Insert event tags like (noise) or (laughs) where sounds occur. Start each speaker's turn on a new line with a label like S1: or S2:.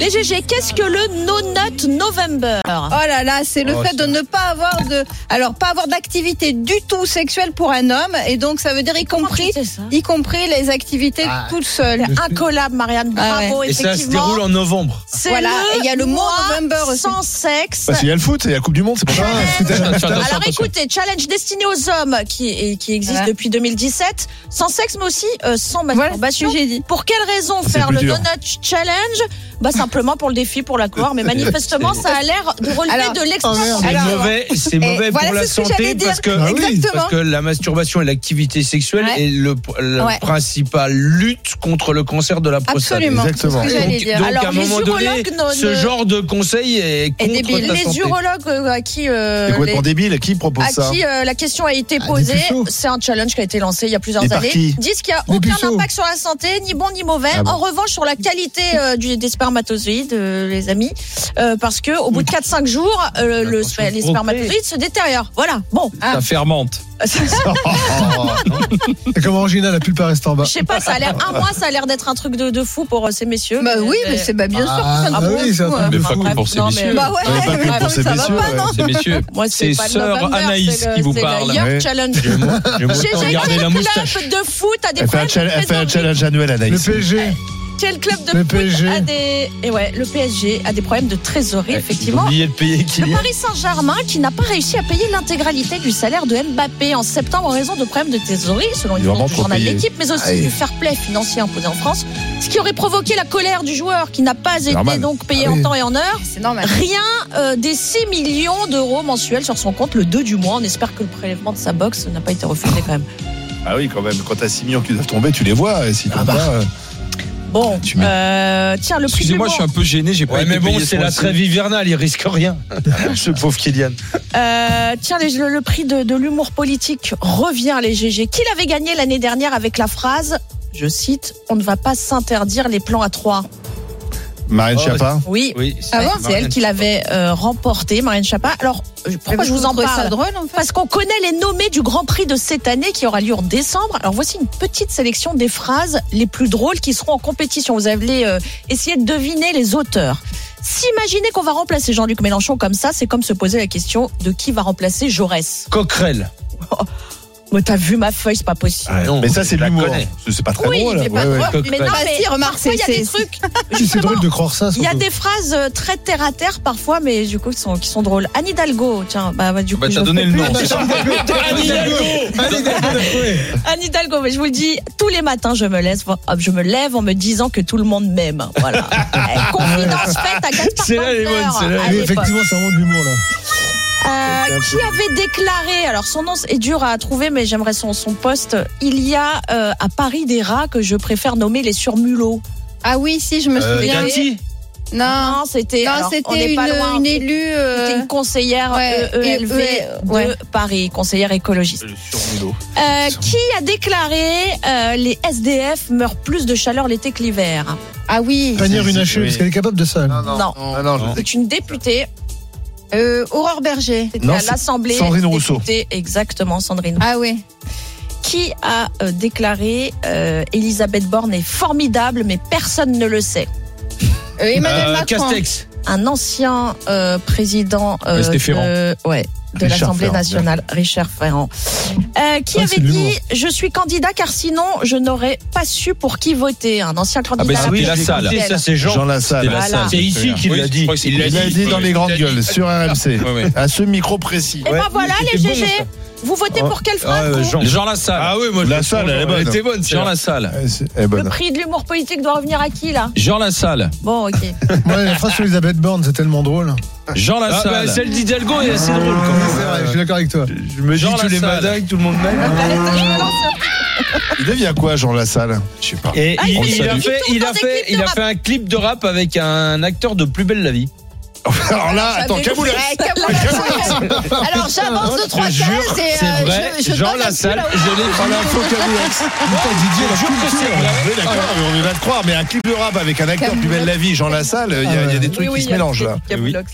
S1: Les GG, qu'est-ce que le No Nut November
S2: Oh là là, c'est le
S3: Oh,
S2: fait de ne pas avoir de, alors pas avoir d'activité du tout sexuelle pour un homme, et donc ça veut dire y compris,
S1: tu sais ça
S2: y compris les activités
S3: Ah.
S2: toutes seules.
S1: Incollable, Marianne.
S2: Ah ouais.
S1: Bravo,
S3: Et ça se
S1: effectivement.
S3: déroule en (laughs) Bah, novembre.
S1: C'est
S2: Voilà, et il y a le mois November aussi.
S1: sans sexe.
S4: Parce qu'il Bah, y a le foot, il y a la Coupe du Monde, c'est pour ça.
S1: Alors écoutez, challenge destiné aux hommes qui, et- qui existe
S2: Ouais.
S1: depuis 2017, sans sexe mais aussi euh, sans
S2: Voilà ce
S1: masturbation.
S2: que j'ai dit.
S1: pour quelle raison
S4: C'est
S1: faire
S4: plus
S1: le
S4: dur.
S1: Donut Challenge Bah simplement pour le défi, pour la
S3: (laughs)
S1: gloire, mais manifestement ça a l'air de relever
S2: Alors-
S1: de l'extension.
S3: C'est
S2: Alors-
S3: mauvais, c'est mauvais
S2: voilà,
S3: pour la
S2: c'est ce que
S3: santé
S2: j'allais dire.
S3: parce que,
S4: Ah oui,
S2: Exactement.
S3: parce que la masturbation et l'activité sexuelle
S2: Ouais.
S3: est le, la
S2: Ouais.
S3: principale lutte contre le cancer de la prostate.
S2: Absolument. c'est
S4: Exactement.
S2: Ce que
S3: Donc,
S2: j'allais dire.
S3: donc,
S1: Alors,
S3: à un
S1: les
S3: moment donné,
S1: urologues ne- ne-
S3: ce genre de conseil est contre
S2: débile.
S3: ta
S1: les
S3: santé.
S1: urologues euh, à qui, euh,
S4: C'est complètement
S1: les-
S4: débile, qui propose
S1: à
S4: ça (laughs)
S1: qui (laughs) euh, la question a été
S4: Ah, des
S1: posée,
S4: puceaux.
S1: c'est un challenge qui a été lancé il y a plusieurs
S4: Mais par
S1: années,
S4: qui
S1: disent qu'il n'y a
S4: Des
S1: aucun
S4: puceaux.
S1: impact sur la santé, ni bon ni mauvais.
S4: Ah bon.
S1: En revanche, sur la qualité euh, du, des spermatozoïdes, euh, les amis, euh, parce que au bout de 4-5 jours,
S4: Ah,
S1: euh, le,
S3: Attention,
S1: sper- les
S3: procré.
S1: spermatozoïdes se détériorent. Voilà, bon. Ah,
S3: Ça fermente.
S4: C'est comme Angina, la pulpe reste en bas.
S1: Je sais pas, ça a l'air un mois, ça a l'air d'être un truc de, de fou pour euh, ces messieurs.
S2: Bah oui, mais c'est bah, bien sûr.
S4: Ah,
S2: que ça
S4: bah
S2: vaut
S4: oui,
S2: le
S4: c'est un
S2: coup,
S4: truc
S2: hein.
S4: de
S1: Enfin,
S4: fou.
S1: bref,
S3: pour ces
S1: non, mais-
S3: messieurs.
S2: Bah ouais,
S4: Ouais, pas que
S2: bah
S4: pour
S2: oui,
S4: ces
S2: ça va
S4: messieurs,
S2: pas,
S4: ouais.
S2: non
S3: C'est messieurs,
S1: (laughs) Moi,
S3: c'est
S1: pas le
S3: sœur
S1: November,
S3: Anaïs
S1: c'est le-
S3: qui vous
S1: c'est le
S3: parle. (laughs)
S1: York
S4: Ouais.
S1: Challenge.
S3: J'aime j'aime
S1: J'ai
S3: autant
S1: j'ai-
S3: garder
S1: quel
S3: la moustache.
S1: club de foot a des
S4: Elle fait, un
S1: problèmes
S4: challenge, elle fait un
S1: de trésorerie
S4: challenge annuel,
S5: Le
S4: Anaïs.
S5: PSG.
S1: Quel club de
S5: Le
S1: foot
S5: PSG.
S1: a des et ouais, le PSG a des problèmes de trésorerie
S4: Eh,
S3: J'ai
S1: effectivement.
S3: oublié de payer
S1: Le
S3: Kylian.
S1: Paris Saint-Germain qui n'a pas réussi à payer l'intégralité du salaire de Mbappé en septembre en raison de problèmes de trésorerie selon
S4: Il
S1: une
S4: est
S1: journal
S4: vraiment
S1: du
S4: trop
S1: journal de
S4: payé.
S1: l'équipe mais aussi
S4: Aïe.
S1: du fair play financier imposé en France, ce qui aurait provoqué la colère du joueur qui n'a pas été
S4: normal.
S1: donc payé
S4: Ah oui.
S1: en temps et en heure.
S2: C'est normal.
S1: Rien euh, des 6 millions d'euros mensuels sur son compte le 2 du mois. On espère que le prélèvement de sa box n'a pas été refusé quand même.
S4: Ah oui, quand même, quand t'as 6 millions qui doivent tomber, tu les vois. Et si t'en pas, euh,
S1: Bon,
S4: Tu mets-
S1: euh, tiens, le prix de
S6: Excusez-moi, je suis un peu gêné, j'ai pas
S3: Ouais,
S6: été
S3: mais bon,
S6: payé ce
S3: c'est la
S6: mois-ci.
S3: trêve hivernale, il risque rien. (laughs)
S4: ce pauvre Kylian.
S1: Euh, tiens, les- le, le prix de, de l'humour politique revient, les GG. Qui l'avait gagné l'année dernière avec la phrase, je cite, on ne va pas s'interdire les plans à trois
S4: Marine
S3: Oh,
S4: Chiappa.
S1: Oui.
S3: Oui,
S2: Ah bon
S1: C'est elle qui l'avait euh, remporté, Marine Chapa. Alors, euh, pourquoi je vous en
S2: trouvez ça
S1: parle
S2: drôle, en fait
S1: Parce qu'on connaît les nommés du Grand Prix de cette année qui aura lieu en décembre. Alors voici une petite sélection des phrases les plus drôles qui seront en compétition. Vous allez euh, essayer de deviner les auteurs. S'imaginer qu'on va remplacer Jean-Luc Mélenchon comme ça, c'est comme se poser la question de qui va remplacer Jaurès.
S3: Coquerel.
S1: Mais t'as vu ma feuille, c'est pas possible.
S3: non,
S4: Mais ça, c'est
S3: je
S4: de
S3: la
S4: l'humour.
S3: connais.
S4: C'est- C'est pas très
S1: oui,
S4: drôle.
S1: c'est pas
S4: ouais, ouais.
S1: drôle. Mais non,
S2: Bah
S1: mais
S2: si, remarque,
S1: parfois, il y a
S2: c'est-
S1: des
S2: c'est-
S1: trucs.
S5: C'est
S1: justement,
S5: drôle de croire ça.
S1: Il y a
S5: surtout.
S1: des phrases euh, très terre à terre parfois, mais du coup, qui sont, qui sont drôles. Anne Hidalgo, tiens, bah, bah, du coup.
S6: Bah,
S1: je
S6: t'as donné
S1: fais
S6: le
S1: plus.
S6: nom.
S1: (laughs)
S6: c'est ça.
S3: Anne Hidalgo
S1: Anne Hidalgo, mais je vous le dis, tous les matins, je me, laisse, hop, je me lève en me disant que tout le monde m'aime.
S2: (laughs)
S1: Voilà. Eh, Confidence faite à 4 par
S3: C'est là, les bonnes,
S1: heure,
S3: c'est là.
S1: à
S5: Oui,
S1: l'époque.
S5: effectivement, c'est vraiment de l'humour là.
S1: Euh, qui avait déclaré, alors son nom est dur à trouver, mais j'aimerais son, son poste. Il y a euh, à Paris des rats que je préfère nommer les surmulots.
S2: Ah oui, si, je me
S3: Euh,
S2: souviens.
S3: Gatti
S2: Non,
S1: Non, Hein, c'était
S2: Ah. non,
S1: alors, on
S2: c'était
S1: n'est
S2: une,
S1: pas loin.
S2: une élue. euh,
S1: C'était une conseillère
S2: ouais,
S1: E- ELV
S2: et-
S1: de
S2: ouais.
S1: Paris, conseillère écologiste. Euh, qui a déclaré euh, les SDF meurent plus de chaleur l'été que l'hiver
S2: Ah oui.
S5: Panière
S4: si,
S5: une
S4: si,
S5: hachée,
S4: oui.
S5: parce qu'elle est capable de ça. elle.
S1: non.
S4: Ah non, je sais
S1: C'est une députée
S2: Euh, Aurore Berger.
S1: C'était
S4: Non,
S1: à
S4: c'est
S1: l'Assemblée.
S4: Sandrine
S1: députée,
S4: Rousseau.
S1: Exactement, Sandrine.
S2: Ah oui.
S1: Qui a euh, déclaré euh, Elisabeth Borne est formidable, mais personne ne le sait.
S2: Euh, Emmanuel
S3: Euh,
S2: Macron.
S3: Castex.
S1: Un ancien euh, président euh,
S6: Ouais, c'était Ferrand.
S1: de, ouais, de
S4: Richard
S1: l'Assemblée
S4: Ferrand,
S1: nationale, Richard Ferrand, euh, qui
S5: Ouais,
S1: avait
S5: c'est de l'humour.
S1: dit Je suis candidat car sinon je n'aurais pas su pour qui voter. hein. Un ancien
S6: ben,
S1: candidat.
S6: Ah
S3: Ah oui,
S6: la
S3: j'ai
S6: salle.
S3: écouté, Ça, c'est
S4: Jean
S3: Jean.
S4: Lassalle.
S1: Voilà.
S3: C'est ici qu'il l'a dit.
S4: Il l'a dit Ah, dans les grandes gueules, sur RMC,
S6: Ouais, ouais.
S4: à ce micro précis.
S1: Et ben voilà,
S3: mais
S1: les
S3: c'était bon,
S1: GG.
S3: ça.
S1: vous votez pour quelle phrase vous
S3: Jean.
S6: Jean Lassalle.
S3: Ah oui, moi je
S4: La
S3: l'ai
S4: salle,
S3: trouvé,
S4: elle est bonne.
S3: était bonne. celle-là.
S6: Jean Lassalle.
S4: Eh, c'est- eh
S1: Le
S4: (laughs) ben,
S1: prix de l'humour politique doit revenir à qui là
S6: Jean Lassalle.
S1: Bon, ok.
S5: Ouais, la phrase sur Elisabeth Borne, c'est tellement drôle.
S6: Jean
S3: Ah, bah,
S6: Lassalle.
S3: celle d'Hidalgo est assez drôle quand
S5: C'est
S3: même.
S5: vrai,
S4: euh,
S5: je suis d'accord avec toi.
S3: Je me dis
S6: Jean
S3: tous les
S6: Lassalle.
S3: matins que tout le monde m'aime.
S4: Il devient quoi, Jean Lassalle Je sais pas.
S3: Et il,
S6: on le
S3: il a
S6: salue.
S3: fait,
S1: Il
S3: il
S1: tourne dans
S3: a
S1: des
S3: fait,
S1: clips de
S3: il a
S1: rap.
S3: fait un clip de rap avec un acteur de Plus belle la vie.
S4: (laughs) Alors là, attends, Kaboul.
S2: Ouais, Kaboul. Alors j'avance de trois
S3: jure,
S2: cases et
S3: C'est
S2: euh,
S3: vrai,
S2: je, je
S3: Jean
S2: donne un
S3: Lassalle,
S2: coup, là.
S3: je l'ai fait.
S4: L'info
S3: (laughs)
S4: Kaboul.
S5: Putain, Didier, la
S3: jure que c'est
S5: culture.
S3: vrai.
S4: Oui, d'accord, mais on est là de croire, mais un clip de rap avec un acteur
S2: Kaboul.
S4: plus belle la vie, Jean Lassalle, il y a, il y a des trucs
S1: Oui, oui,
S4: qui se
S1: il y a-
S4: mélangent là.
S1: il
S4: Eh
S1: y a
S3: Oui.
S1: Boulox.